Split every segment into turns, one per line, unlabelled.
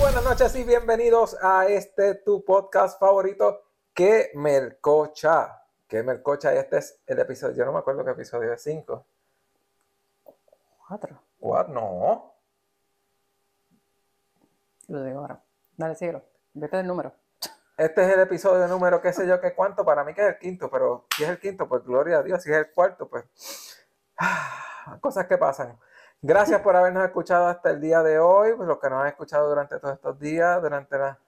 buenas noches y bienvenidos a este tu podcast favorito, que Melcocha. Que Melcocha, este es el episodio, yo no me acuerdo qué episodio es 5.
Cuatro.
¿What? No.
Lo digo ahora. Dale, síguelo. Vete del número.
Este es el episodio número, qué sé yo, qué cuánto, para mí que es el quinto, pero si es el quinto, pues gloria a Dios, si es el cuarto, pues Ah, cosas que pasan. Gracias por habernos escuchado hasta el día de hoy, pues los que nos han escuchado durante todos estos días, durante las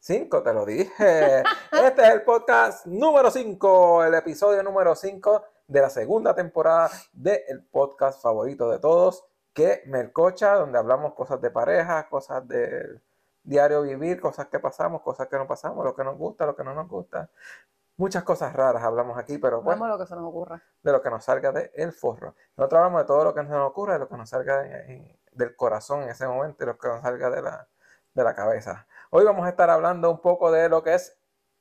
5, te lo dije. Este es el podcast número 5, el episodio número 5 de la segunda temporada del podcast favorito de todos, que Mercocha, donde hablamos cosas de pareja, cosas del diario vivir, cosas que pasamos, cosas que no pasamos, lo que nos gusta, lo que no nos gusta. Muchas cosas raras hablamos aquí, pero bueno
Vamos a lo que se nos ocurra.
de lo que nos salga del forro. Nosotros hablamos de todo lo que nos ocurre, de lo que nos salga de- en- del corazón en ese momento y lo que nos salga de la, de la cabeza. Hoy vamos a estar hablando un poco de lo que es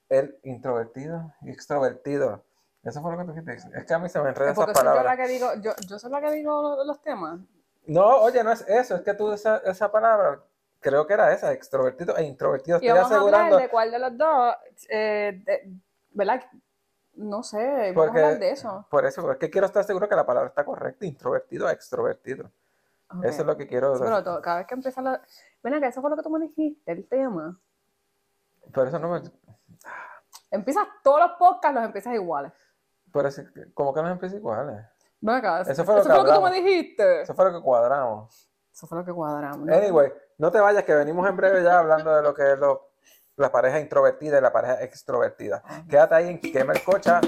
el introvertido y extrovertido. Eso fue lo que tú dijiste. Es que a mí se me enredan
Eh,
esas
Porque soy yo
palabras.
la que digo, yo, yo soy la que digo lo- los, temas.
No, oye, no es eso. Es que tú esa, esa palabra, creo que era esa, extrovertido e introvertido.
Y
Estoy
vamos a
asegurando.
hablar de cuál de los dos, eh, de- ¿verdad? No sé, vamos
Porque-
a hablar de eso.
Por eso, porque quiero estar seguro que la palabra está correcta, introvertido e extrovertido.
Ok.
Eso es lo que quiero.
Sí, pero todo- cada vez que empieza la... Ven acá, eso fue lo que tú me dijiste, el tema.
Por eso no me,
Empiezas todos los podcasts, los empiezas iguales.
Pero es que- como que nos empieza iguales.
Ven acá,
Eso fue lo que
tú me
hablamos.
dijiste.
Eso fue lo que cuadramos.
Eso fue lo que cuadramos. ¿no?
Anyway, no te vayas, que venimos en breve ya hablando de lo que es lo- la pareja introvertida y la pareja extrovertida. Quédate ahí en Quema el Cocha.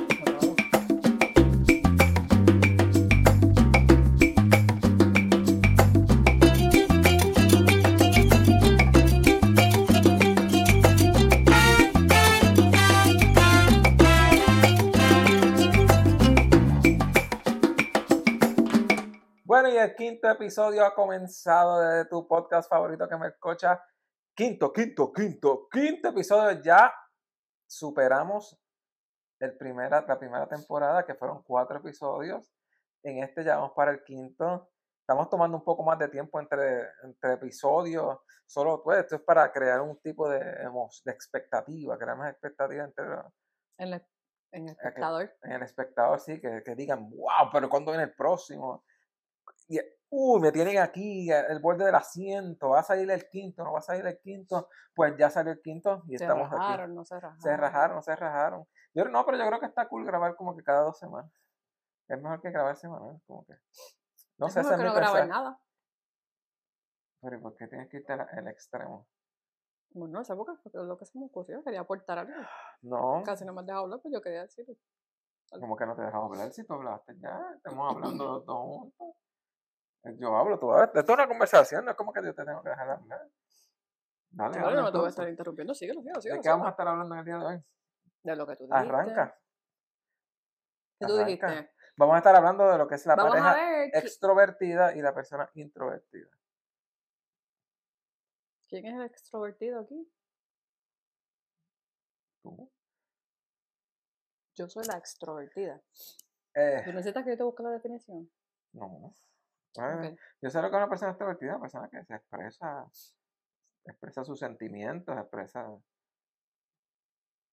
Bueno, y el quinto episodio ha comenzado de tu podcast favorito que me escucha. Quinto, quinto, quinto, quinto episodio. Ya superamos el primera, la primera temporada, que fueron cuatro episodios. En este ya vamos para el quinto. Estamos tomando un poco más de tiempo entre, entre episodios. Solo pues, esto es para crear un tipo de, emo- de expectativa, crear más expectativa entre los-
En el, en el espectador.
en el espectador, sí, que, que digan, wow, pero ¿cuándo viene el próximo? Y, uy, me tienen aquí, a- el borde del asiento, va a salir el quinto, no va a salir el quinto, pues ya salió el quinto y
Se
estamos
rajaron,
aquí.
no se rajaron.
Se rajaron, se rajaron. Yo no, pero yo creo que está cool grabar como que cada dos semanas. Es mejor que grabar semanal, como que. No
Es
sé, ese es
mejor que
mi
no grabar
pensar.
nada.
Pero ¿y ¿por qué tienes que irte al al extremo?
Bueno, esa boca porque lo que se me ocurrió, quería aportar algo.
Ah, No,
Casi no me has dejado hablar, pero yo quería decir.
como que no te dejaba hablar si tú hablaste ya, estamos hablando los dos juntos. Eh, Yo hablo, tú hablas. Esto es una conversación, no es como que yo te tengo que dejar hablar. Dale,
Bueno,
habla
no te voy a
entonces.
estar interrumpiendo, síguelo, síguelo,
¿De
síguelo.
qué vamos a estar hablando en el día de hoy?
síguelo. De lo que tú dijiste.
Arranca.
¿Qué tú
arranca.
dijiste?
Vamos a estar hablando de lo que es la
Vamos a
pareja
ver qui-
extrovertida y la persona introvertida.
quién es el extrovertido aquí.
Tú.
Yo soy la extrovertida.
Eh,
¿Tú necesitas que yo te busque la definición?
no. Ah,
Ok.
Yo sé lo que es una persona extrovertida, una persona que se expresa, expresa sus sentimientos, expresa.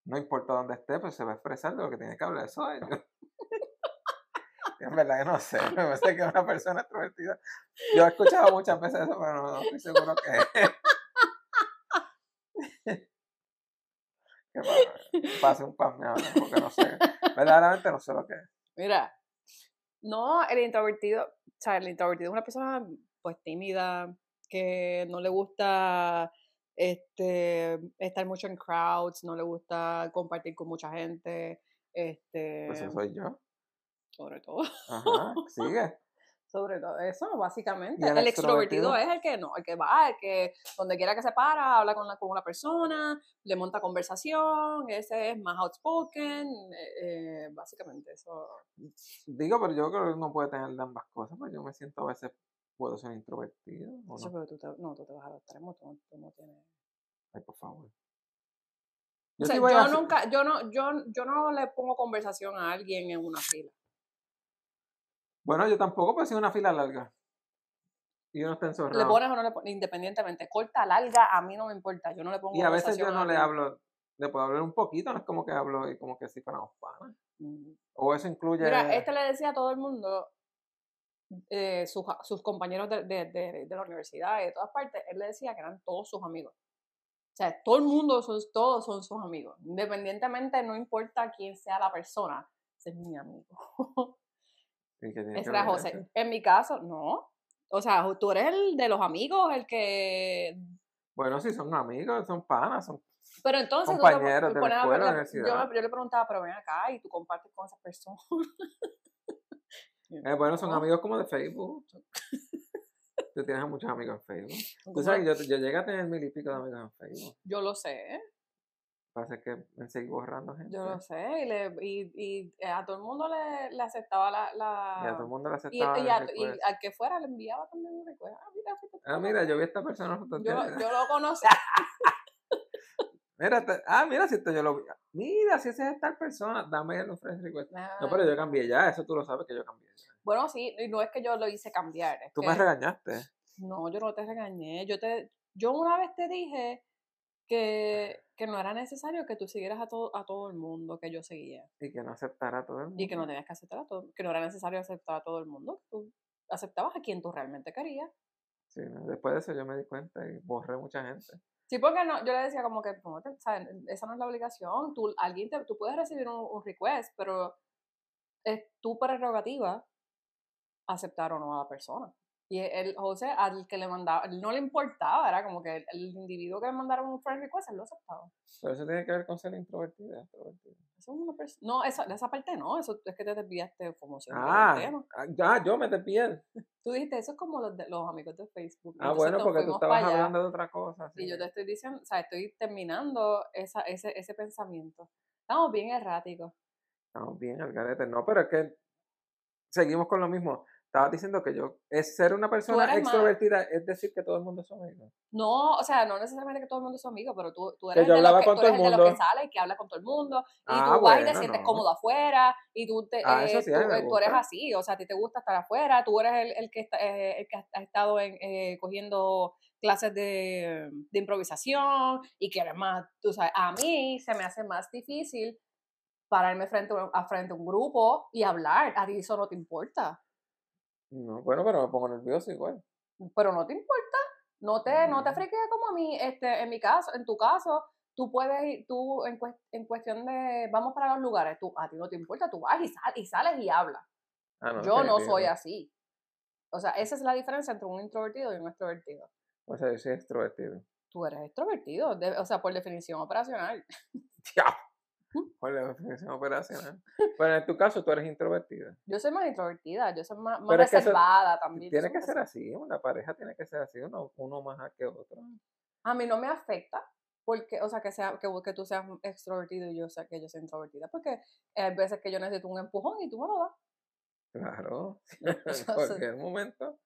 No importa dónde esté, pues se va a expresar de lo que tiene que hablar. Eso es. En verdad que no sé, no sé que es una persona extrovertida. Yo he escuchado muchas veces eso, pero no, no estoy seguro que es. Que pa- pase un pan, me habla, porque no sé. Verdaderamente no sé lo que es.
Mira, no, el introvertido, o sea, el introvertido es una persona pues tímida, que no le gusta este, estar mucho en crowds, no le gusta compartir con mucha gente, este,
Pues eso soy yo.
sobre todo,
Ajá, sigue.
sobre todo eso, básicamente.
¿Y el
El, extrovertido
extrovertido?
es el que no, el que va, el que donde quiera que se para, habla con, la, con una persona, le monta conversación, ese es más outspoken, eh, eh, básicamente eso.
Digo, pero yo creo que uno puede tener de ambas cosas, porque yo me siento a veces, puedo ser introvertido o
Sí,
no.
pero tú te, no, tú te vas a los extremos, tú, no- tú no tienes...
Ay, por favor.
O
Yo
sea,
sí
yo,
voy a hacer-
nunca, yo no, yo, yo no le pongo conversación a alguien en una fila.
pues Bueno, yo tampoco puedo ser una fila larga. Y uno está encerrado.
Le pones o no le pones, independientemente. Corta, larga, a mí no me importa. Yo no le pongo
y a veces yo
conversación
no le
alguien.
hablo, le puedo hablar un poquito, no es como que hablo y como que si fuéramos panas.
Mm.
O eso incluye.
Mira, este le decía a todo el mundo, eh, sus, a- sus compañeros de, de- de- de la universidad y de todas partes, él le decía que eran todos sus amigos. O sea, todo el mundo, son, todos son sus amigos. Independientemente, no importa quién sea la persona, ese es mi amigo.
Sí, que tiene que
Ese era
ver
José.
eso.
En mi caso, no. O sea, ju- tú eres el de los amigos, el que...
Bueno, sí, son amigos, son panas, son.
Pero entonces... tú te
Compañeros
pon-
de la
pones a
escuela,
hablar-
universidad.
yo, me- yo le preguntaba, pero ven acá y tú compartes con esa persona.
eh, bueno, son
No.
amigos como de Facebook. Tú tienes a muchos amigos en Facebook. Tú sabes, yo, yo llegué a tener mil y pico de amigos en Facebook.
Yo lo sé,
Pasa que me seguí borrando gente.
yo lo sé. Y, le, y, y eh, a todo el mundo le, le aceptaba la... la-
Y a todo el mundo le
y, eh,
aceptaba.
y
el
a- y
recuerdo.
al que fuera le enviaba también un recuerdo. Ah, mira, fuiste tú,
Ah, mira, yo vi a esta persona. en otro
yo,
día.
lo- yo lo conocí.
Mira, te- ah, mira, si esto yo lo vi. Mira, si ese es tal persona, dame el friend request. No, pero yo cambié ya, eso tú lo sabes que yo cambié. ya.
Bueno, sí, y no es que yo lo hice cambiar. es
Tú me
que-
regañaste.
No, yo no te regañé. Yo te, yo una vez te dije que, que no era necesario que tú siguieras a todo, a todo el mundo que yo seguía.
Y que no aceptara a todo el mundo.
Y que no tenías que aceptar a todo, que no era necesario aceptar a todo el mundo. que Tú aceptabas a quien tú realmente querías.
Sí, no, después de eso yo me di cuenta y borré mucha gente.
Sí, porque no, yo le decía como que, no, te- ¿sabes? esa no es la obligación. Tú, alguien te, tú puedes recibir un, un request, pero es tu prerrogativa aceptar o no a la persona. Y e- el José, al que le mandaba, no le importaba, era como que el, el individuo que le mandaron un friend request, él lo aceptaba.
Pero eso tiene que ver con ser introvertida. extrovertida.
Eso es una pers- No, esa, de esa parte no, eso es que te desviaste como siempre del
Ah,
tema.
ah, ya, yo me desvié.
Tú dijiste, eso es como los, de- los amigos de Facebook.
Ah,
Entonces,
bueno,
nos
porque tú
fuimos pa'
estabas
allá.
hablando de otra cosa. así
Y yo
que-
te estoy diciendo, o sea, estoy terminando esa, ese, ese pensamiento. Estamos bien erráticos.
Estamos bien, al garete. No, pero es que seguimos con lo mismo. Estabas diciendo que yo, es ser una persona
eres más-
extrovertida, es decir que todo el mundo es su amigo.
No, o sea, no necesariamente que todo el mundo es su amigo, pero tú, tú eres,
yo
el de los
hablaba
que,
con
tú
todo el
eres el de los que
mundo.
sale y que habla con todo el mundo, y
Ah,
tú vas y te
bueno,
sientes
no.
cómodo afuera, y tú, te,
Ah, eso
eh,
sí, a
tú,
mí me
eh, tú eres
gusta.
así, o sea, a ti te gusta estar afuera, tú eres el, el que, está- eh, el que ha estado en, eh, cogiendo clases de, de improvisación y que eres más, tú sabes, a mí se me hace más difícil pararme frente a, a frente a un grupo y hablar, a ti eso no te importa.
No, bueno, pero me pongo nervioso igual.
pero no te importa, no te, no te
Mm.
friquees como a mí, este, en mi caso, en tu caso, tú puedes ir, tú en, cues- en cuestión de, vamos para los lugares, tú, a ti no te importa, tú vas y, sal- y sales y hablas,
Ah, no,
yo no
definitivo.
soy así. O sea, esa es la diferencia entre un introvertido y un extrovertido.
O sea, yo soy extrovertido.
Tú eres extrovertido, de- o sea, por definición operacional.
¡Diablo! Por la definición operacional. Bueno, en tu caso tú eres introvertida.
Yo soy más introvertida, yo soy más, más
Pero es que eso
reservada también. yo
Tiene
soy
que
más
ser
reser-
así, una pareja tiene que ser así, uno, uno más que otro.
A mí no me afecta, porque, o sea, que, sea, que, vos- que tú seas extrovertido y yo sea que yo sea introvertida, porque hay veces que yo necesito un empujón y tú me lo das.
Claro, en
sea,
cualquier momento.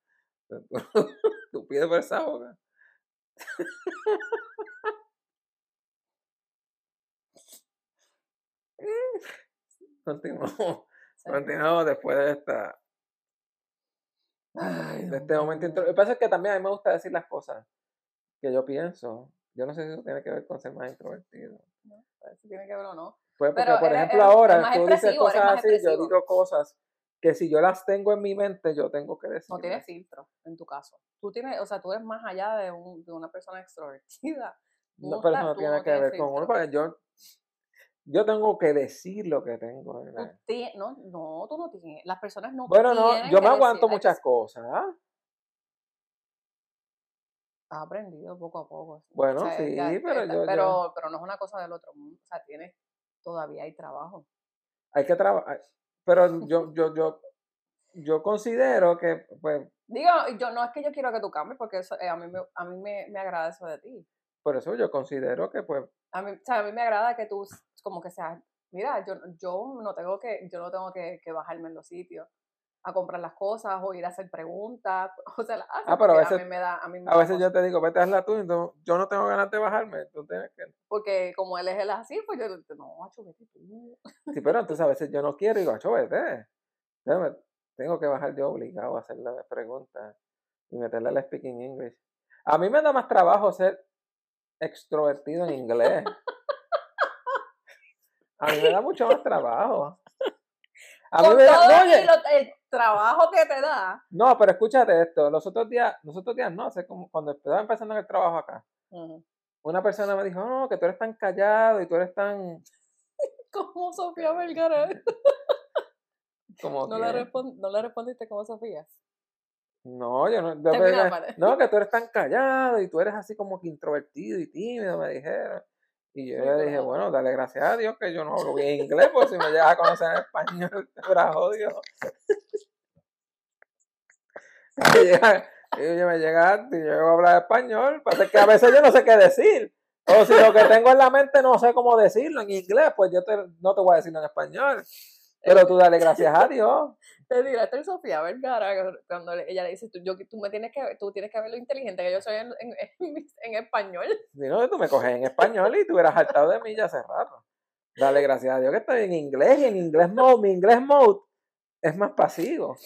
Tú, tú pides por esa boca. Continuamos,
Sí.
continuamos después de esta,
Ay,
de
Dios
este momento.
mío.
intro- Lo que pasa es que también a mí me gusta decir las cosas que yo pienso. Yo no sé si eso tiene que ver con ser más introvertido.
A ver si tiene que ver o no.
Pues porque,
Pero
por
eres-
ejemplo,
eres-
ahora
eres más
tú dices
expresivo, eres
cosas
más
así, yo
expresivo.
digo cosas que si yo las tengo en mi mente, yo tengo que decir.
No tienes filtro en tu caso. Tú tienes, o sea, tú eres más allá de, un- de una persona extrovertida. Tú
No, pero
estás-
eso no
tú
tiene
no
que
tienes
ver con uno, porque yo, yo tengo que decir lo que tengo. en
Tú
la-
tie- no, no, tú no tienes. Las personas no
Bueno, no,
tienen
yo
que
me aguanto
decir- hay
muchas
que-
cosas. ¿ah?
Has aprendido poco a poco. sí.
Bueno,
O sea,
sí,
ya-
pero
está-
yo, yo-
pero, pero no es una cosa del otro mundo. O sea, tienes, todavía hay trabajo.
hay que trabajar. Pero yo, yo, yo, yo considero que, pues,
Digo, yo no es que yo quiero que tú cambies, porque eso, eh, a mí, me, a mí me, me agrada eso de ti.
por eso yo considero que, pues,
a mí, o sea, a mí me agrada que tú s- como que seas, mira, yo, yo no tengo que, yo no tengo que, que bajarme en los sitios a comprar las cosas o ir a hacer preguntas, o sea, las haces,
Ah, pero a
porque
veces-
mí me da, a mí me
a
da
veces
cosa,
yo te digo, vete a la tú, entonces, yo no tengo ganas de bajarme, tú tienes que.
porque como él es el así, pues yo, no, macho, vete tú.
Sí, pero entonces a veces yo no quiero y digo, "Acho, vete. Déjame- Tengo que bajar yo obligado a hacer las preguntas. y meterle el speaking English. A mí me da más trabajo ser extrovertido en inglés. A mí me da mucho más trabajo. A mí
Con
me da-
todo
no, oye,
y lo- el trabajo que te da.
no, pero escúchate esto. Los otros días, los otros días no, sé como cuando estaba empezando en el trabajo acá, una persona me dijo, "Oh, no, que tú eres tan callado y tú eres tan
¿Cómo Sofía Vergara?
como
No,
que-
le respon- no le respondiste como Sofía.
No, yo no. yo
Termina,
apenas-
padre.
no, que tú eres tan callado y tú eres así como que introvertido y tímido, me dijeron. Y yo
Muy
le dije,
bravo.
bueno, dale gracias a Dios que yo no hablo bien inglés, porque si me llegas a conocer en español, te habrás jodido. Me llega- y yo me llega, y yo llego a hablar español, pasa que a veces yo no sé qué decir. O si lo que tengo en la mente no sé cómo decirlo en inglés, pues yo te- no te voy a decirlo en español. Pero tú dale gracias a Dios.
Te dirás el Sofía Vergara cu- cuando le- ella le dice, tú, yo, tú, me tienes que, ver- tú tienes que ver lo inteligente que yo soy en, en- en mis- en español.
Si no, tú me coges en español y tú hubieras saltado de mí ya hace rato. Dale gracias a Dios que estoy en inglés y en inglés mode. Mi inglés mode es más pasivo.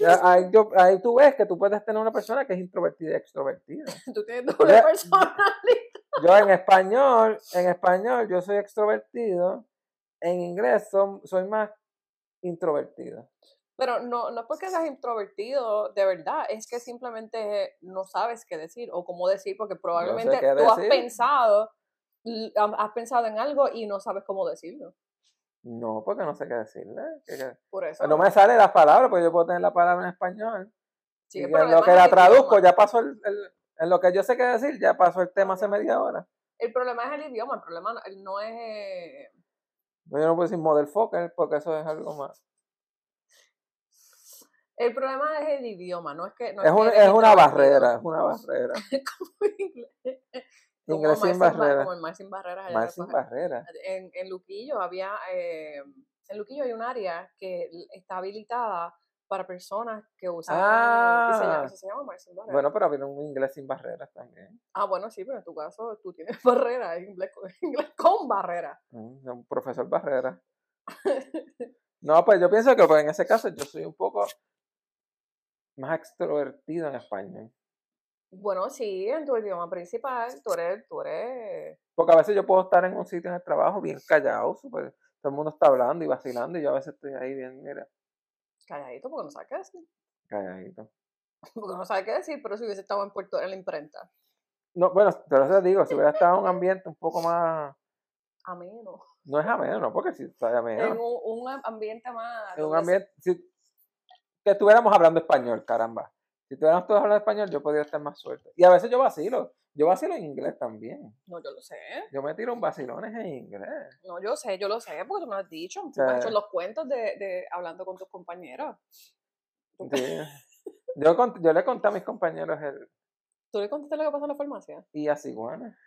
Ya, ahí, yo- ahí tú ves que tú puedes tener una persona que es introvertida y extrovertida.
Tú tienes doble
Ya-
personalidad.
Yo en español, en español yo soy extrovertido. En inglés son- soy más introvertido.
Pero no, no es porque seas introvertido, de verdad, es que simplemente no sabes qué decir o cómo decir, porque probablemente
qué
tú has
decir.
pensado, l- am- has pensado en algo y no sabes cómo decirlo.
No, porque no sé qué decirle. que- que-
Por eso.
No me salen las palabras, porque yo puedo tener la palabra en español.
sí,
Y
el
en
problema
lo que
es
la
el
traduzco,
idioma.
ya pasó el, el- En lo que yo sé qué decir, ya pasó el tema hace media hora.
El problema es el idioma, el problema no- no es... eh,
Yo no puedo decir model fucker porque eso es algo más.
El problema es el idioma, no es que... No
Es, un-
que
es
eres
una
introvertido.
barrera, es una barrera.
Como inglés. Como
Inglés
Mar
sin
Bar-
barrera.
Como el mar sin Pues, barreras. allá en
Más
el
sin
Pajar.
barrera.
En, en Luquillo había... eh, en Luquillo hay un área que l- está habilitada para personas que usan... y se llama,
Ah.
eso se llama mar sin barreras.
Bueno, pero había un inglés sin barreras también.
Ah, bueno, sí, pero en tu caso tú tienes barrera, es inglés, con- inglés con barrera.
Mm, Un profesor barrera. No, pues yo pienso que pues, en ese caso yo soy un poco más extrovertido en español.
Bueno, sí, en tu idioma principal tú eres... Tú eres
Porque a veces yo puedo estar en un sitio en el trabajo bien callado, súper- todo el mundo está hablando y vacilando y yo a veces estoy ahí bien, mira,
calladito porque no sabes qué decir.
calladito.
Porque no sabes qué decir, pero si hubiese estado en Puerto en la imprenta.
No, bueno, pero eso te digo, si hubiera estado en un ambiente un poco más.
A mí no.
No es ameno, porque si está
en
ameno.
un, un am- ambiente más.
En un
donde se-
ambiente. Si, que estuviéramos hablando español, caramba. Si estuviéramos todos hablando español, yo podría estar más suelto. Y a veces yo vacilo. Yo vacilo en inglés también.
No, yo lo sé.
Yo me tiro un vacilones en inglés.
No, yo sé, yo lo sé, porque tú me lo has dicho. Tú me has hecho
Sí.
los cuentos de, de hablando con tus compañeros. Tú-
Sí. Yo, cont- yo le conté a mis compañeros el
¿Tú le contaste lo que pasó en la farmacia?
IAS iguana.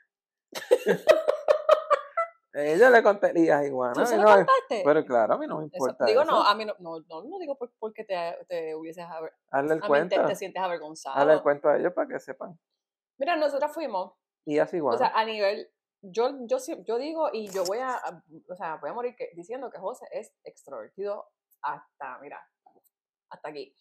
Eh, yo le conté el IAS iguana.
¿Tú
y
se lo
Ah, no,
contaste?
pero claro, a mí no me
Eso-
importa.
digo, no,
eso.
a mí no, no, no, no digo por- porque te, te hubieses aver-
Hazle el
a mí te,
cuento.
te sientes
Hazle el
avergonzado.
cuento a ellos para que sepan.
Mira, nosotras fuimos,
Y así igual.
o sea, a nivel, yo, yo, sie- yo digo y yo voy a, a- o sea, voy a morir que- diciendo que José es extrovertido hasta, mira, hasta aquí.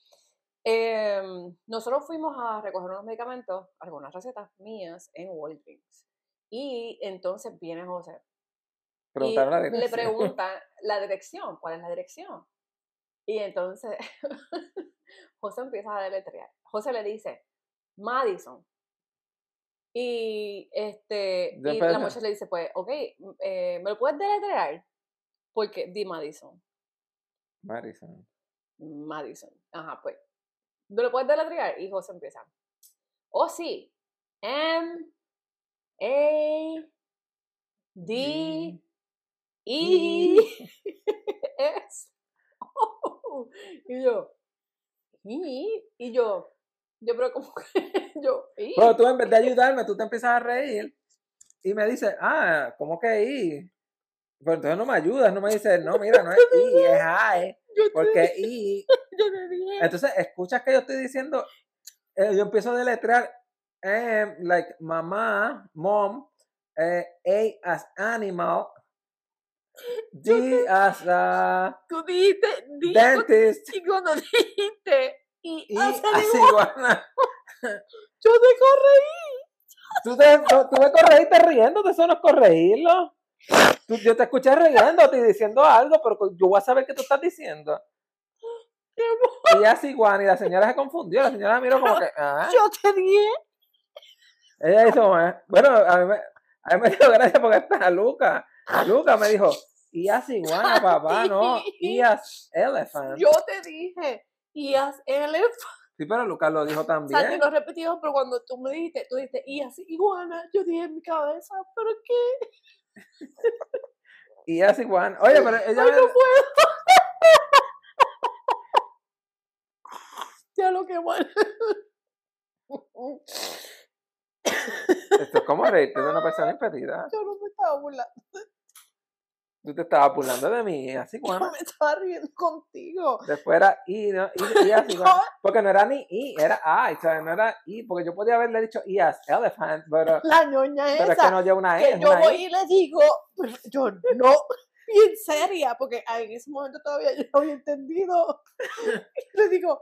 Em, nosotros fuimos a recoger unos medicamentos, algunas recetas mías en Walgreens. Y entonces viene José. Y
preguntaron la
le
dirección.
preguntan la dirección, ¿cuál es la dirección? Y entonces José empieza a deletrear. José le dice, Madison. Y, este,
Ya
y la
espérate.
muchacha le dice, pues, ok, m- eh, ¿me lo puedes deletrear? Porque di Madison.
Madison.
Madison. Ajá, pues. ¿No lo puedes deletrear? Y José empieza. Oh, sí. M. A. D. E. S. O. Y yo. Y, y yo. Yo, pero como que. Yo. E. y.
Pero tú en vez de ayudarme, tú te empiezas a reír y me dices, ah, ¿cómo que I? Pero entonces no me ayudas, no me dices, no, mira, no es I, es AE,
Yo te-
porque I.
yo te dije.
Entonces, escuchas que yo estoy diciendo, eh, yo empiezo a deletrear, em, like, mamá, mom, eh, A as animal, D as a
Tú dijiste. di-
dentist,
Y cuando dijiste. Y.
I
hasta
as iguana.
Yo te correí.
Tú, te- no, tú me corregiste riéndote, eso no es corregirlo. Tú- yo te escuché riéndote y diciendo algo, pero yo voy a saber qué tú estás diciendo.
Mi
Y ella es igual, y la señora se confundió. La señora miró como que. "Ah".
Yo te dije.
Ella hizo. "Ah". Bueno, a mí, me, a mí me dio gracia porque hasta Luca. Luca me dijo. Y así iguana, papá, no. Y as elephant.
Yo te dije. Y as elephant.
Sí, pero Lucas lo dijo
O sea, te
también.
lo he repetido, pero cuando tú me dijiste, tú dijiste, y así iguana, yo dije en mi cabeza, ¿pero qué?
Y as iguana. Oye, pero ella.
Ay,
me-
no puedo. ya lo que mal.
Esto es como reírte de una persona impedida.
Yo no me estaba burlando,
Tú te estabas burlando de mí, y as
yo
iguana.
me estaba riendo contigo.
Después era I, ¿no? I, I as iguana. Porque no era ni I, era I. O sea, no era I. Porque yo podía haberle dicho I as elephant, pero,
La ñoña
pero
esa.
es que no lleva una E.
que
es
yo
una I.
voy y le digo, pero yo no, bien seria, porque en ese momento todavía yo no había entendido. Y le digo,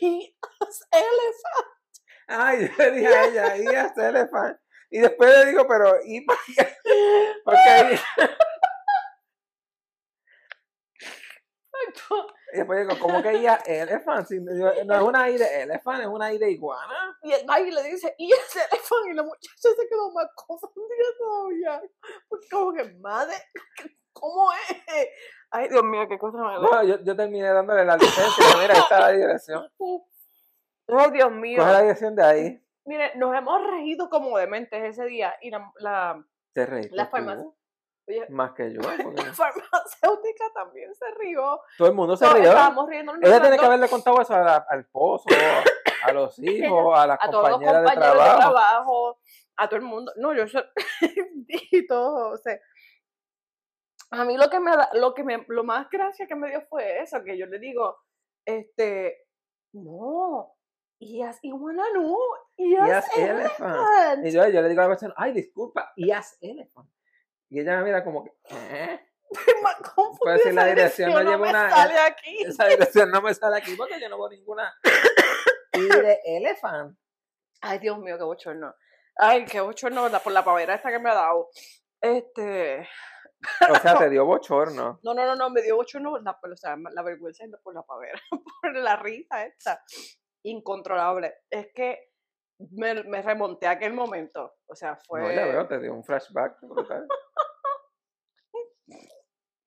y as elephant.
Ay, yo le dije a ella, y a Celefan. Y después le digo, pero, ¿y por qué? Porque, y después digo, ¿cómo que I a Elephant? Si no no es una I de Elephant, es una I de iguana.
Y el baile le dice, y as elephant. Y la muchacha se quedó más confundida todavía. Porque como que, madre, ¿cómo es? Ay, Dios mío, qué cosa mala.
Bueno, yo, yo terminé dándole la licencia. y yo, Mira, ahí está la dirección.
Oh, Dios mío.
Coge la dirección de ahí.
Mire, nos hemos reído como dementes ese día y la, la,
Te reíste
La
tú,
farmacia. oye,
¿eh? Más que yo. porque
la farmacéutica también se rió.
todo el mundo se
No,
rió.
Estábamos riéndonos
Ella tiene
nosotros,
que haberle contado eso a la- al esposo, a los hijos, a las
a todos los
compañeras
compañeros
de trabajo.
a todo el mundo. No, yo soy y todo, o sea, a mí lo que me da- lo que me lo más gracia que me dio fue eso, que yo le digo, este, no, y as iguana no, y
Y
as
as elephant. Y yo, yo le digo a la persona, ay, disculpa, y haz elephant. Y ella me mira como que, "¿Eh?
Puede
si la dirección no lleva una-
sale aquí.
Esa dirección no me sale aquí porque yo no veo ninguna. Y de elephant.
Ay, Dios mío, qué bochorno. Ay, qué bochorno la- por la pavera esta que me ha dado. Este,
O sea, te dio bochorno.
no, no, no, no, me dio bochorno la, pues, o sea, la vergüenza y no por la pavera, por la risa esta. Incontrolable. Es que me, me remonté a aquel momento. O sea, fue.
No, ya veo, te dio un flashback. brutal.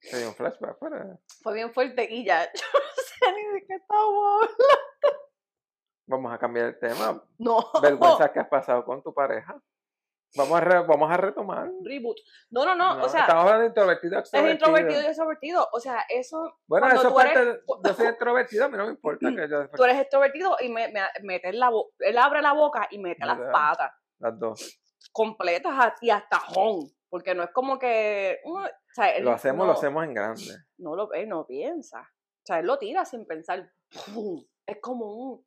Te dio un flashback. pero
Fue bien fuerte y ya. Yo no sé ni de qué estaba hablando.
Vamos a cambiar el tema.
No.
Vergüenzas que has pasado con tu pareja. Vamos a, re- vamos a retomar.
Reboot. No, no, no.
No,
o sea,
estamos hablando de introvertido
es
extrovertido.
introvertido y extrovertido. O sea, eso.
Bueno,
cuando
eso es
tú eres- Mm,
parte. de- Yo soy extrovertido, a mí no me importa que yo.
Tú eres extrovertido y me, me- mete la bo- él abre la boca y mete las
¿Verdad?
patas.
Las dos.
completas a- y hasta home, porque no es como que... uh, o sea, él
Lo hacemos, lo
no-
hacemos en grande.
No lo ve, no piensa. O sea, él lo tira sin pensar. ¡Pum! Es como un...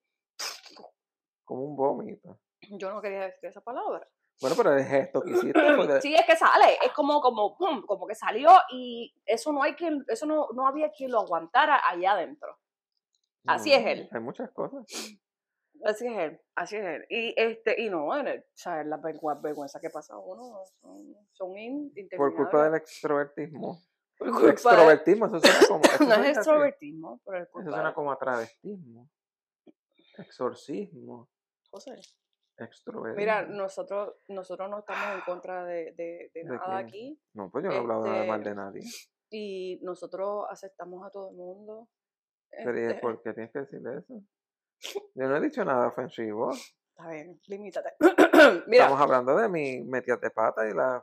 Como un vómito.
Yo no quería decir esa palabra.
Bueno, pero el gesto que hiciste fue de-
Sí, es que sale, es como, como, ¡pum! como que salió y eso no hay quien, eso no, no había quien lo aguantara allá adentro. así
No,
es él.
mm, Hay muchas cosas.
Así es él, así es él. Y este, y no, en el- o sea, las vergüe- vergüenzas que pasa uno son, son in-
Por culpa del extrovertismo.
Por
El
culpa de-
extrovertismo, eso suena como. eso
No
suena
es
así,
extrovertismo, pero es
Eso
culpa
suena
de
como a travestismo. Exorcismo.
cosas.
Extrovertismo.
Mira, nosotros, nosotros no estamos en contra de, de- de
¿De
nada
qué?
aquí
No, pues yo no he hablado nada mal
este,
de nadie.
y nosotros aceptamos a todo el mundo.
Pero ¿y
este,
¿por qué tienes que decirle eso? Yo no he dicho nada ofensivo.
Está bien, limítate. Mira,
Estamos hablando de mi metidas de pata y la.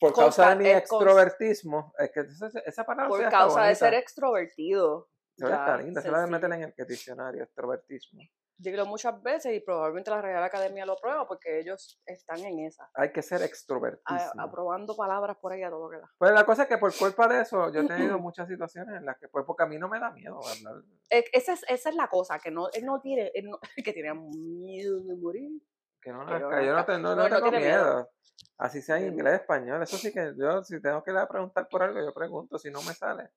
Por causa de
Consta-
mi
eh, cons-
extrovertismo. Es que esa, esa palabra
por
sí está
causa de ser
bonita.
extrovertido.
Se ve está
ya,
linda, se la
sencillo.
meten en el diccionario, extrovertismo.
Yo creo muchas veces y probablemente la Real Academia lo aprueba porque ellos están en esa,
Hay que
Ah,
ser
a-
extrovertismo.
aprobando palabras por ahí a todo lo que da.
Pues la cosa es que por culpa de eso, yo he tenido muchas situaciones en las que, pues, porque a mí no me da miedo hablar.
E- Esa es, esa es la cosa, que no, él no tiene, él no- que tiene miedo de morir.
Que no,
Pero
nazca, yo no,
nazca.
te- no-
No,
no
él no
tengo
tiene
miedo.
miedo.
Así sea en
Él no.
inglés, español. Eso sí que yo, si tengo que ir a preguntar por algo, yo pregunto, si no me sale.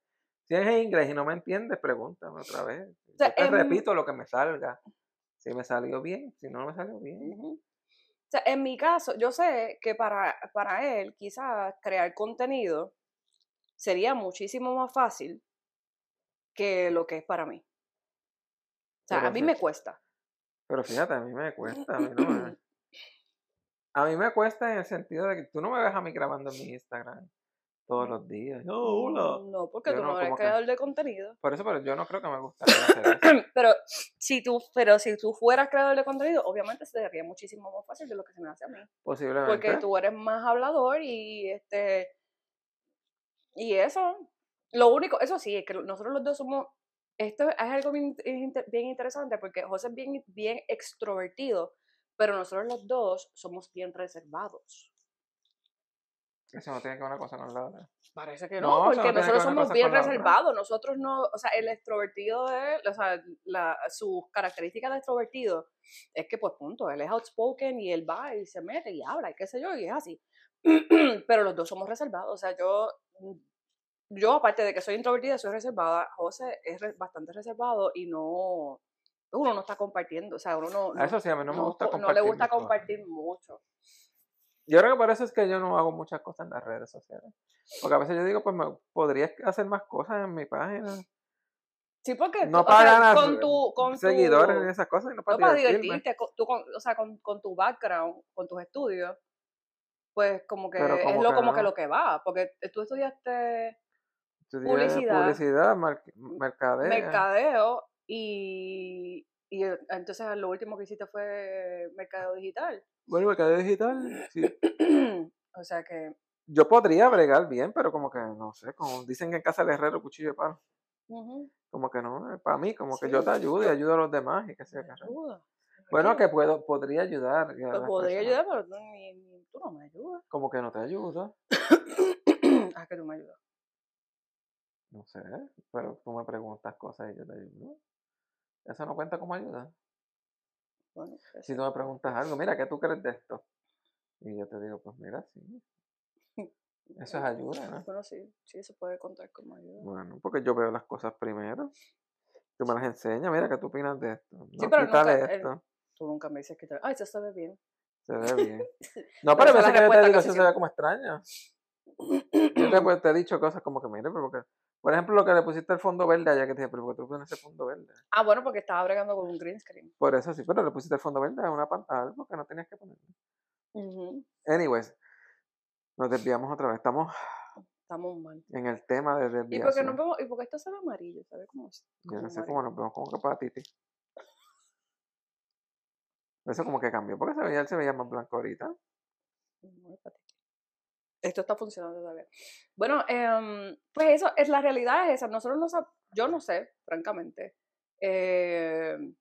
Si es en inglés y no me entiendes, pregúntame otra vez.
sea,
Yo te
em,
repito lo que me salga. Si me salió bien, si no me salió bien.
Ujú. O sea, en mi caso, yo sé que para, para él quizás crear contenido sería muchísimo más fácil que lo que es para mí. O sea,
Pero
a mí
sí.
me cuesta.
Pero fíjate, a mí me cuesta. A mí, no me... a mí me cuesta en el sentido de que tú no me ves a mí grabando en mi Instagram todos los días. Yo, hola.
No, porque
Yo
tú
no,
no, eres
como que-
creador de contenido.
Por eso, pero yo no creo que me gustaría hacer eso.
Pero si tú, pero si tú fueras creador de contenido, obviamente sería muchísimo más fácil de lo que se me hace a mí.
Posiblemente.
Porque tú eres más hablador y este y eso. Lo único, eso sí, es que nosotros los dos somos esto es algo bien, in- bien inter- bien interesante porque José es bien bien extrovertido, pero nosotros los dos somos bien reservados.
Eso no tiene que ver una cosa con la otra.
Parece que
No,
no,
eso no
porque
tiene que
nosotros
ver una
somos
cosa
bien
con la otra.
reservados. Nosotros no, o sea, el extrovertido de él, o sea, la, sus características de extrovertido es que, pues, punto, él es outspoken y él va y se mete y habla y qué sé yo, y es así. Pero los dos somos reservados. O sea, yo, yo aparte de que soy introvertida, soy reservada. José es re- bastante reservado y no, uno no está compartiendo, o sea, uno no,
A eso sí, a mí no, me
no
gusta
co-
compartir.
no le gusta
mis cosas.
compartir mucho.
Yo creo que por eso es que yo no hago muchas cosas en las redes sociales. Porque a veces yo digo, pues me, podría hacer más cosas en mi página.
Sí, porque
No
tú- o sea,
pagan a
con
su-
tu, con tu-
Seguidores y esas cosas, y no para
No, para
divertirme.
divertirte, co- tú con, o sea, con, con tu background, con tus estudios, pues como que
Pero
es
como
lo,
que
como que
no.
lo que va, porque eh, tú estudiaste
Estudié publicidad,
publicidad.
mar- mercadeo.
mercadeo y, y eh, entonces lo último que hiciste fue mercadeo digital.
Bueno, mercadeo digital, sí.
o sea que,
Yo podría bregar bien, pero como que no sé, como dicen que en casa del herrero cuchillo de palo.
ujú,
Como que no, eh, para mí, como que yo te
Sí.
ayudo y ayudo a los demás y qué sé yo. qué sé yo.
ayuda.
Bueno,
ayuda.
que puedo, podría ayudar. y a
Pues
las
podría
personas.
ayudar, pero tú, ni- ni- tú no me ayudas.
Como que no te ayuda.
ah, que tú me ayudas.
No sé, pero tú me preguntas cosas y yo te ayudo. Eso no cuenta como ayuda.
Bueno, pues, qué
Si
sé.
tú me preguntas algo, mira, ¿qué tú crees de esto? Y yo te digo, pues mira, sí. Eso es ayuda, ¿no?
Bueno, sí, sí, se puede contar como ayuda.
Bueno, porque yo veo las cosas primero. Tú me las enseñas, mira, ¿qué tú opinas de esto? No,
pero eh,
quítale
nunca el-
esto.
Tú nunca me dices que te... Ay, se sabe bien.
Se ve bien. No,
Pero
pero a
esa es la
veces que yo te
respuesta
digo,
casi
eso se ve como extraño. Yo te, pues, te he dicho cosas como que, mire, pero porque... Por ejemplo, lo que le pusiste el fondo verde allá, que te dije, pero ¿por qué tú pones ese fondo verde?
Ah, bueno, porque estaba bregando con un green screen.
Por eso sí, pero le pusiste el fondo verde a una pan- a algo que no tenías que poner. Anyways, nos desviamos otra vez. Estamos
Estamos mal.
en el tema de
¿Y porque,
desviación.
no vemos, y porque esto se ve amarillo, ¿sabes cómo es?
Yo no
como
sé
amarillo.
cómo nos vemos como capatiti. Eso como que cambió, porque se veía, él se veía más blanco ahorita.
No, espérate. Esto está funcionando todavía. Bueno, em, pues eso, es la realidad es esa. Nosotros no sab- yo no sé, francamente. Em,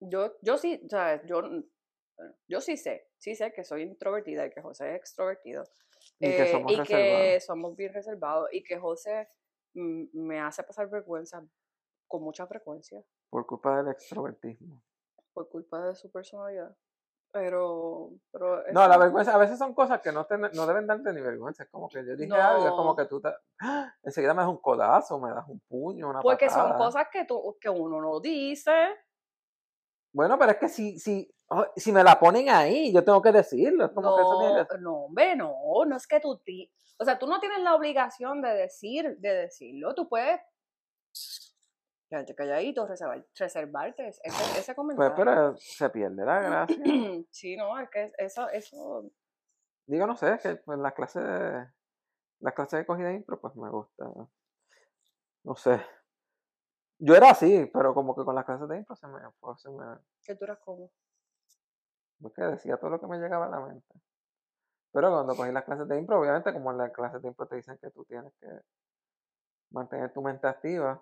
yo, yo sí, o sea, yo, n- bueno, yo sí sé, sí sé que soy introvertida y que José es extrovertido.
Y que
eh,
somos
y que
reservados.
somos bien reservados y que José mm, me hace pasar vergüenza con mucha frecuencia
Por culpa del extrovertismo.
por culpa de su personalidad. Pero, pero
No, la
eso-
vergüenza, a veces son cosas que no, te, no deben darte ni vergüenza. Es como que yo dije algo, es como
No.
que tú te- ¡Ah! enseguida me das un codazo, me das un puño, una
Porque son
patada.
cosas que, tú, que uno no dice.
Bueno, pero es que si, si, oh, si me la ponen ahí, yo tengo que decirlo. Es como que eso tiene
No, eh,
que-
no, hombre, no, no es que tú, ti- o sea, tú no tienes la obligación de decir, de decirlo, tú puedes quedarte calladito, reservar- reservarte ese, ese
Pues,
comentario.
pero se pierde
mm,
la gracia.
sí, no, es que eso, eso,
Digo, no sé, es que pues, las clases de, las clases de cogida de impro, pues me gusta. No sé. Yo era así, pero como que con las clases de impro se me, pues, se me
que tú eras como,
porque decía todo lo que me llegaba a la mente. Pero cuando cogí las clases de impro, obviamente como en las clases de impro te dicen que tú tienes que mantener tu mente activa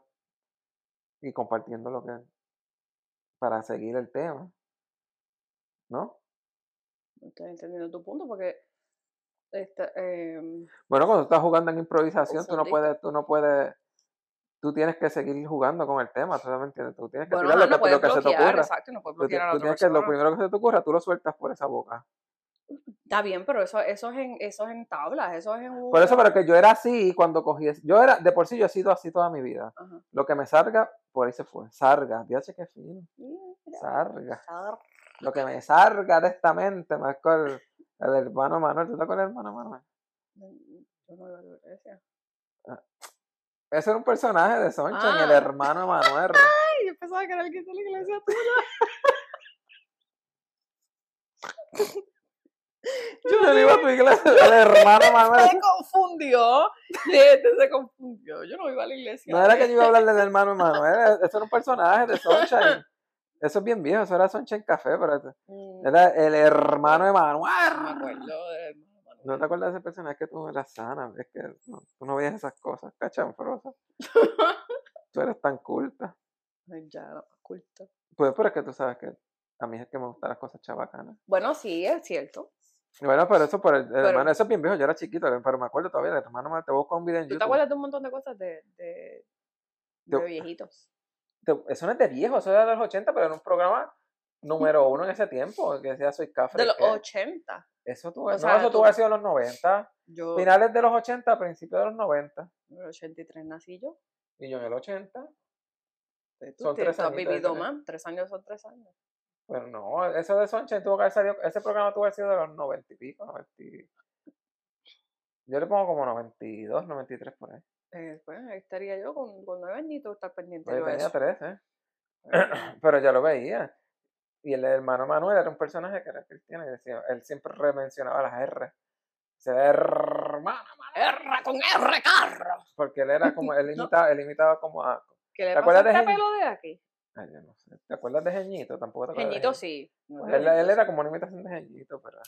y compartiendo lo que para seguir el tema. ¿No?
no estoy entendiendo tu punto, porque, este, em,
Bueno, cuando estás jugando en improvisación, tú no
Confundiste.
puedes, tú no puedes, tú tienes que seguir jugando con el tema, tú me entiendes, tú tienes que
bueno,
tirar
ajá,
lo que,
no
te- lo
puedes
que se te
bloquear,
ocurra.
exacto, y no puedes
Tú, ti-
bloquear a la
tú
otra
tienes que, lo
persona.
primero que se te ocurra, tú lo sueltas por esa boca.
Está bien, pero eso, eso, es en, eso es en tablas, eso es en un...
Por eso, pero que yo era así cuando cogí. es- Yo era, de por sí, yo he sido así toda mi vida.
Ajá.
Lo que me salga, por ahí se fue. Sarga, dios que fino.
Mira,
Sarga.
sar-
Lo que me salga de esta mente, me acuerdo. El hermano Manuel, ¿tú te acuerdas del hermano Manuel?
Yo no iba a ver ese.
Ese era un personaje de Soncha, el
Ah.
hermano Manuel.
Ay, yo pensaba que era el que está en la iglesia tuya.
Yo no iba a tu iglesia, el hermano Manuel.
Se confundió. Este se confundió. Yo no iba a la iglesia. ¿eh?
No era
de-
que yo iba a hablarle del hermano Manuel, eso era un personaje de Sunshine. Eso es bien viejo, eso era Sunshine Café, pero este,
Mm,
era el hermano de
No me
Manuel.
acuerdo del hermano Manuel.
¿No te acuerdas de ese personaje Es que tú eras sana? Es que no, tú no veías esas cosas, cachanfrosa. Tú eres tan culta.
Ay, Ya, no me acuerdo.
Pues, pero es que tú sabes que a mí es que me gustan las cosas chabacanas.
Bueno, sí, es cierto.
Bueno, pero eso por el, el
Pero-
hermano, eso es bien viejo, yo era chiquito, pero me acuerdo todavía, el hermano Manuel, te busco un video en
¿Tú
YouTube.
te acuerdas de un montón de cosas de, de, de
Yo-
viejitos?
Te- eso no es de viejo, eso era de los 80, pero era un programa número uno en ese tiempo, que decía Soy Café.
De los
que-
80.
Eso tú,
O
no,
sea,
eso
tú-
tú has sido en los 90,
Yo,
finales de los 80, principios de los 90,
en el 83 nací yo.
y yo en el 80.
Pues Tú,
Son
te-
tres
tú has
añitos de
vivido
tener.
más. Tres años son tres años.
Pero pues no, eso de Sunshine tuvo que haber salido, ese programa tuvo que haber sido de los 90 y pico, 90. y- Yo le pongo como 92, 93 por ahí.
Eh, pues ahí estaría yo con, con nueve añitos estar pendiente
Pero
yo
yo
de
tenía
eso.
13, ¿eh?
Ay,
pero ya lo veía. Y el hermano Manuel era un personaje que era cristiano y decía, él siempre remencionaba las R. Se hermano,
R con R carro.
porque él era como, él
No.
imitaba, él imitaba como a...
¿Qué le
¿Te
pasa
acuerdas
a
de
este
Gen-
pelo de aquí?
Ay, yo no sé. ¿Te acuerdas de Geñito? Tampoco te acuerdas. de
Geñito
Geñito.
sí. no
Él,
Geñito,
él
sí.
era como una imitación de Gellito, pero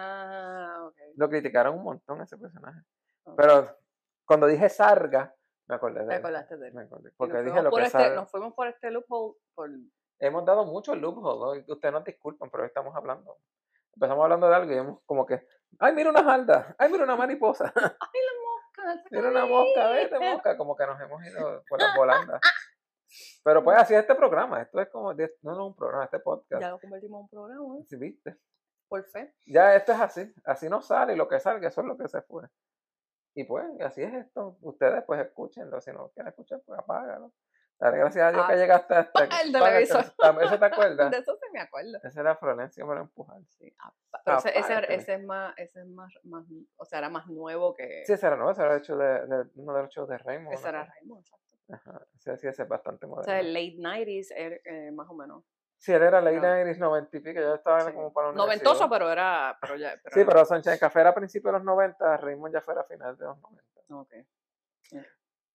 Ah, ok.
lo criticaron un montón a ese personaje.
ok.
Pero cuando dije Sarga, me acordé de
Te
él.
acordaste de él.
Me acordé,
Y nos
Porque dije
fuimos
lo
por
que
este-
Sarga.
Nos fuimos por este loophole por
Hemos dado mucho loophole. ¿no? Ustedes nos disculpan, pero hoy estamos hablando. Empezamos hablando de algo y vemos como que. ¡Ay, mira una jalda! ¡Ay, mira una mariposa!
moscas.
¡Mira una mosca! ¡Vete, mosca! Como que nos hemos ido por las volandas. Pero pues así es este programa. Esto es como. de- No, no es un programa, este podcast.
Ya lo convertimos en un programa, ¿eh?
¿Sí viste?
por fe.
Ya esto es así, así no sale y lo que salga, eso es lo que se fue. Y pues, así es esto. Ustedes pues escúchenlo, si no lo quieren escuchar, pues apágalo. Dale gracias a Dios que
Ah,
llegaste hasta
apaga el
apaga
televisor.
tele- ¿Eso te acuerdas?
De eso se me acuerdo.
Esa era Florencia para empujar.
Sí. ah, pa- Pero ese, ese,
Aparte.
ese es más, ese es más, más, o sea, era más nuevo que
Sí, esa era nueva, ese era el hecho de, de- uno de los shows de Raymond.
ese era Raymond, exacto.
Sí, sí, ese es bastante
O
moderno.
sea, el late 90s, er- eh, más o menos.
sí, él era
no.
Leila Iris 90 y pico, yo estaba
sí.
como para la
Noventoso,
universidad.
pues. pero era, pero ya, pero
Sí,
era-
pero Sánchez Café era a principios de los 90, Raymond ya fuera a final de los 90.
ok.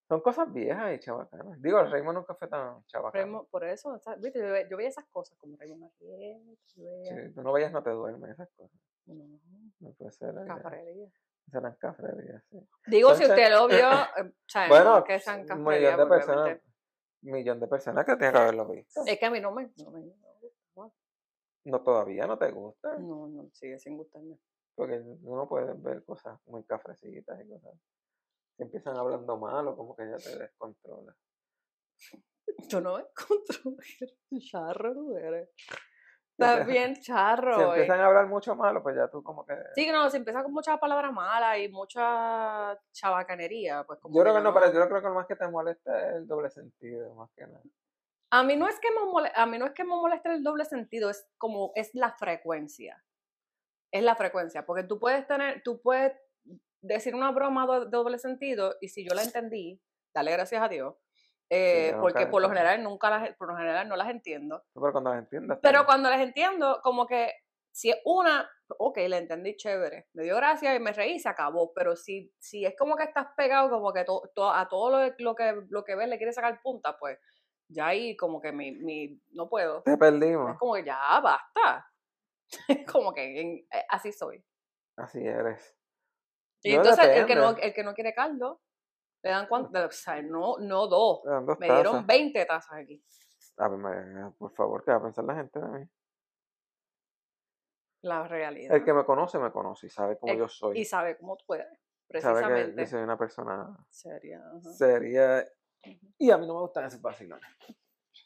Son cosas viejas y chabacanas. Digo, el Raymond nunca fue tan chabacano.
Raymond- por eso, o sea, viste, yo, ve- yo veía esas cosas como Raymond Arrieta, yo veía-
Sí, tú no vayas, no te duermes, esas cosas.
no,
No puede ser. eh,
cafrería.
Serán cafrerías, sí.
Digo, si
Entonces-
usted lo vio, eh, o sea,
Bueno,
no que sean
un
cafrerías,
millón de
porque
personas.
obviamente-
Millón de personas que tienen que haberlo visto.
Es que a mí no me, no me,
No, todavía no te gusta.
no, no, sigue sin gustarme.
Porque uno puede ver cosas muy cafrecitas y cosas. Que empiezan hablando mal o como que ya te descontrola.
Yo no encuentro charro, tú eres. Estás bien charro.
Si
hoy.
empiezan a hablar mucho malo, pues ya tú como que.
Sí, que no, se empieza con muchas palabras malas y mucha chabacanería, pues como
Yo creo
ya
que no, pero yo creo que lo más que te molesta es el doble sentido, más que nada.
A mí no es que me mole- a mí no es que me moleste el doble sentido, es como es la frecuencia. Es la frecuencia, porque tú puedes tener, tú puedes decir una broma do- de doble sentido y si yo la entendí, dale gracias a Dios. eh,
yo nunca
porque
la
por lo
entendí.
general nunca las, por lo general no las entiendo.
Pero cuando lo entiendas.
Pero
también.
cuando las entiendo, como que si es una, ok, la entendí chévere, me dio gracia y me reí y se acabó. Pero si, si es como que estás pegado, como que to- to- a todo lo, lo que, lo que ves le quieres sacar punta, pues ya ahí como que mi, mi- no puedo.
Te
Es
perdimos.
como que ya basta. Es como que en- eh, así soy.
Así eres.
Y
Yo
entonces el que, no,
depende.
el que no quiere caldo, le dan cuánto, o sea, no, no dos.
Dan dos
Me dieron
tazas.
20 tazas aquí.
A ver, María, por favor, ¿qué va a pensar la gente de mí?
La realidad.
El que me conoce, me conoce y sabe cómo
El-
yo
Y
soy.
sabe cómo tú eres.
Sabe que
Precisamente.
yo soy una persona
Sería, ajá.
seria. Y a mí no me gustan esos vacilones.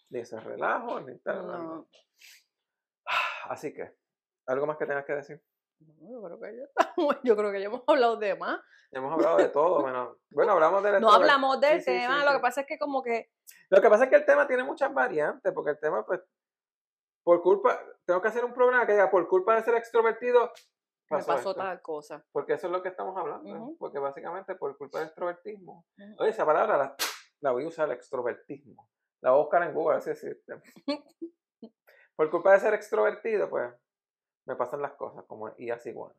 Ni esos relajos, ni Ah, tal. no, no.
No,
Así que, ¿algo más que tengas que decir?
No, yo creo que ya estamos, yo creo que ya hemos hablado de más.
Ya hemos hablado de todo, menos. Bueno, hablamos del
No
extrover-
hablamos del
sí, sí,
tema,
sí,
lo
sí.
que pasa es que como que
Lo que pasa es que el tema tiene muchas variantes, porque el tema, pues, por culpa, tengo que hacer un programa que diga, por culpa de ser extrovertido,
me pasó
esto.
tal cosa.
Porque eso es lo que estamos hablando,
Ujú.
porque básicamente por culpa del extrovertismo.
Ujú.
Oye, esa palabra la, la voy a usar, el extrovertismo. La voy a buscar en Google, así existe. por culpa de ser extrovertido, pues, me pasan las cosas, como y así, bueno.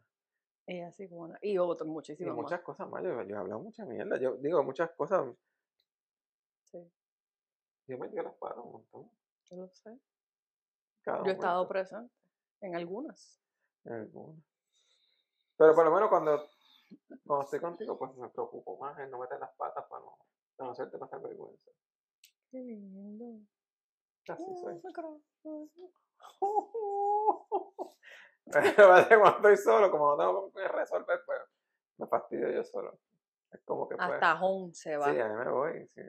Y así bueno. Y otro,
Y
muchísimo
muchas cosas más, yo, yo he hablado mucha mierda, yo digo muchas cosas.
Sí.
Yo me dio las patas un montón.
Yo lo sé.
cada
Yo he estado
momento,
presente en algunas.
en alguna. Pero por lo menos cuando, cuando estoy contigo, pues me preocupo más en no meter las patas para no, para no hacerte pasar vergüenza.
Qué lindo.
Así soy.
Oh, me creo-
Pero pasa que cuando estoy solo, como no tengo con qué resolver, pues me fastidio yo solo. Es como que pues.
Hasta 11 Ah, va.
Sí, a mí me voy. sí.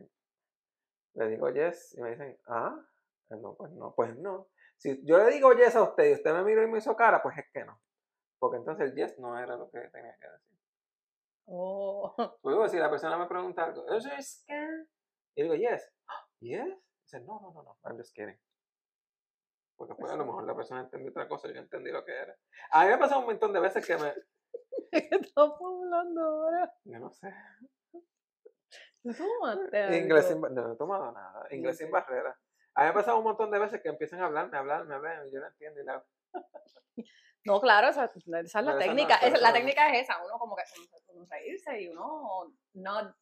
Le digo yes y me dicen, ah, eh, no, pues no, pues no. Si yo le digo yes a usted y usted me miró y me hizo cara, pues es que no. Porque entonces el yes no era lo que tenía que decir.
Oh,
Pues digo, si la persona me pregunta algo, ¿Are you scared? Y digo, yes. "Ah, ¿Yes? Dice, no, no, no, no, I'm just kidding. Porque pues, a lo mejor la persona entendió otra cosa, yo entendí lo que era. A mí me ha pasado un montón de veces que me...
¿de ¿qué estamos hablando ahora?
Yo no sé.
Tómate
Inglés sin...
algo.
ba- No, no he tomado nada. Inglés sin
Ok.
barrera. A mí me ha pasado un montón de veces que empiezan a hablarme, a hablarme, a hablarme, y yo no entiendo. Y la...
No, claro, esa, esa es la
no,
técnica.
pero
esa-
esa
la
no.
técnica es esa, uno como que uno reírse y uno no...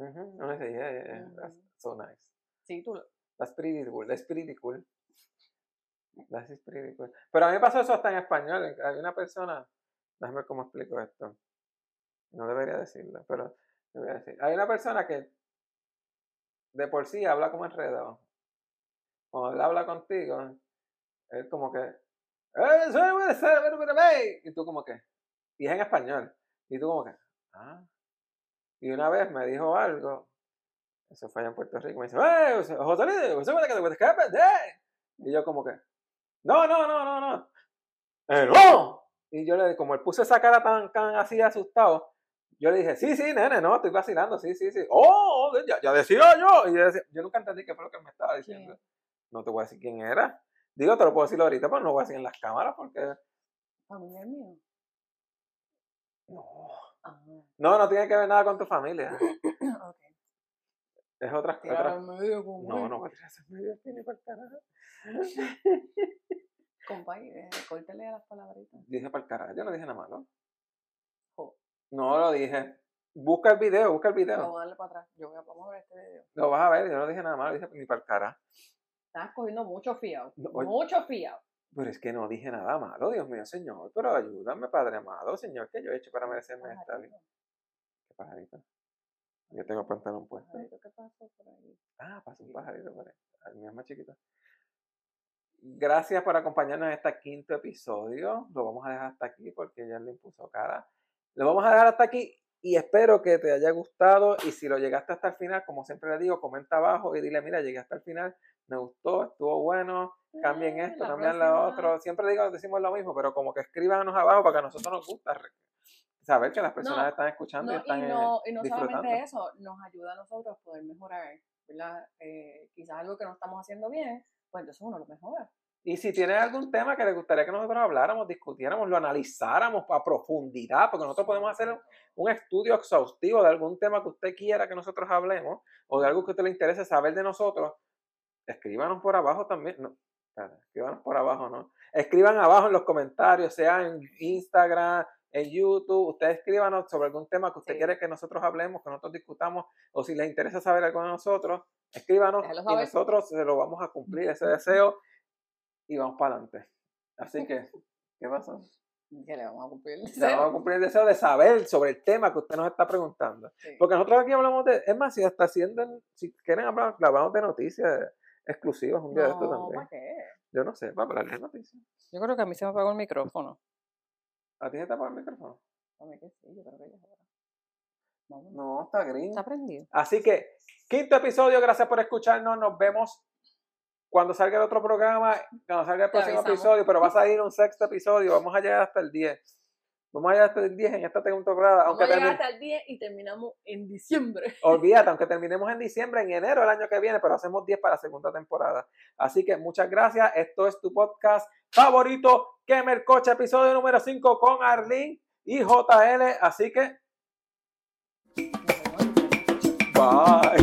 Ujú, No le yeah, yeah, yeah, that's
Ujú.
so nice.
Sí, tú...
That's pretty cool, that's pretty cool. That's is pretty cool. Pero a mí me pasó eso hasta en español. en- Hay una persona, déjame ver cómo explico esto. No debería decirlo, pero lo voy a decir. Hay una persona que de por sí habla como enredado. Cuando él habla contigo, él como que. "Eh, suena, suena, suena, suena, suena", Y tú como que. Y es en español. Y tú como que. Ah. Y una vez me dijo algo. Eso fue allá en Puerto Rico. Me dice, "Eh, José José Luis, José Luis, que te- que te escapes, eh". Y yo como que. No, no, no, no, no. "Eh, no. Y yo le, como él puso esa cara tan, tan así asustado, yo le dije, sí, sí, nene, no, estoy vacilando, sí, sí, sí. Oh, oh, ya, ya decía yo. Y yo, decía- yo nunca entendí qué fue lo que me estaba diciendo. No te voy a decir quién era. Digo, te lo puedo decir ahorita, pero no lo voy a decir en las cámaras porque.
Familia mío.
No,
Ah,
no, no tiene que ver nada con tu familia.
ok.
Es otras
Tirar
cosas.
al medio como...
No, no, voy a tirar ese medio aquí ni para el carajo.
Compadre, eh, córtale a las palabritas.
Dije para el carajo, yo no dije nada malo.
Jo.
No lo dije. Busca el video, busca el video.
Vamos a darle para atrás. Yo voy a, vamos a ver este video.
Lo vas a ver, yo no dije nada malo, dije ni para el carajo.
Estás cogiendo mucho fiado.
No, oye. Eh,
mucho fiado.
Pero es que no dije nada malo, Dios mío, Señor. Pero ayúdame, Padre amado, Señor, ¿qué yo he hecho para merecerme esta vida?
Pajarito,
¿Qué pajarito? Yo tengo el pantalón puesto.
pajarito, ¿Qué pasó por ahí?
Ah, pasó un pajarito por ahí. El mío es más chiquito. Gracias por acompañarnos en este quinto episodio. Lo vamos a dejar hasta aquí porque ya le impuso cara. Lo vamos a dejar hasta aquí y espero que te haya gustado. Y si lo llegaste hasta el final, como siempre le digo, comenta abajo y dile, mira, llegué hasta el final, me gustó, estuvo bueno, cambien
Eh,
esto,
la
cambien lo
próxima.
otro. Siempre digo, decimos lo mismo, pero como que escríbanos abajo para que a nosotros nos gusta re- saber que las personas
No,
están escuchando y
No,
están
y
eh,
no, y no
disfrutando.
solamente eso, nos ayuda a nosotros a poder mejorar, ¿verdad? Eh, quizás algo que no estamos haciendo bien, pues entonces uno lo mejora.
Y si tienes algún tema que le gustaría que nosotros habláramos, discutiéramos, lo analizáramos a profundidad, porque nosotros podemos hacer un- un estudio exhaustivo de algún tema que usted quiera que nosotros hablemos, o de algo que a usted le interese saber de nosotros, escríbanos por abajo también. No, espérate, escríbanos por abajo, ¿no? Escriban abajo en los comentarios, sea en Instagram, en YouTube, ustedes escríbanos sobre algún tema que usted
Sí.
quiere que nosotros hablemos, que nosotros discutamos, o si les interesa saber algo de nosotros, escríbanos
Déjalo
y
saber.
nosotros se lo vamos a cumplir ese deseo y vamos para adelante. Así que, ¿qué pasó?
Que le vamos a cumplir. el
Le vamos a
deseo.
cumplir el deseo de saber sobre el tema que usted nos está preguntando.
Sí.
Porque nosotros aquí hablamos de. Es más, si hasta haciendo. Si quieren hablar, hablamos de noticias exclusivas un día de esto
No,
también.
¿para qué?
Yo no sé, para hablar de noticias.
Yo creo que a mí se me apagó el micrófono.
¿A ti se te apaga el micrófono?
A mí que sí, yo creo que ya es hora. Vámonos.
No, está green.
Está prendido.
Así que, quinto episodio, gracias por escucharnos. Nos vemos Cuando salga el otro programa, cuando salga el
Te
próximo
avisamos.
episodio, pero vas a ir un sexto episodio, vamos a llegar hasta el 10. Vamos a llegar hasta el 10 en esta segunda temporada, aunque
Vamos a llegar
termi-
hasta el 10 y terminamos en diciembre.
Olvídate, aunque terminemos en diciembre, en enero el año que viene, pero hacemos 10 para la segunda temporada. Así que muchas gracias. Esto es tu podcast favorito, Kemer Coche, episodio número 5 con Arlene y JL. Así que, bye.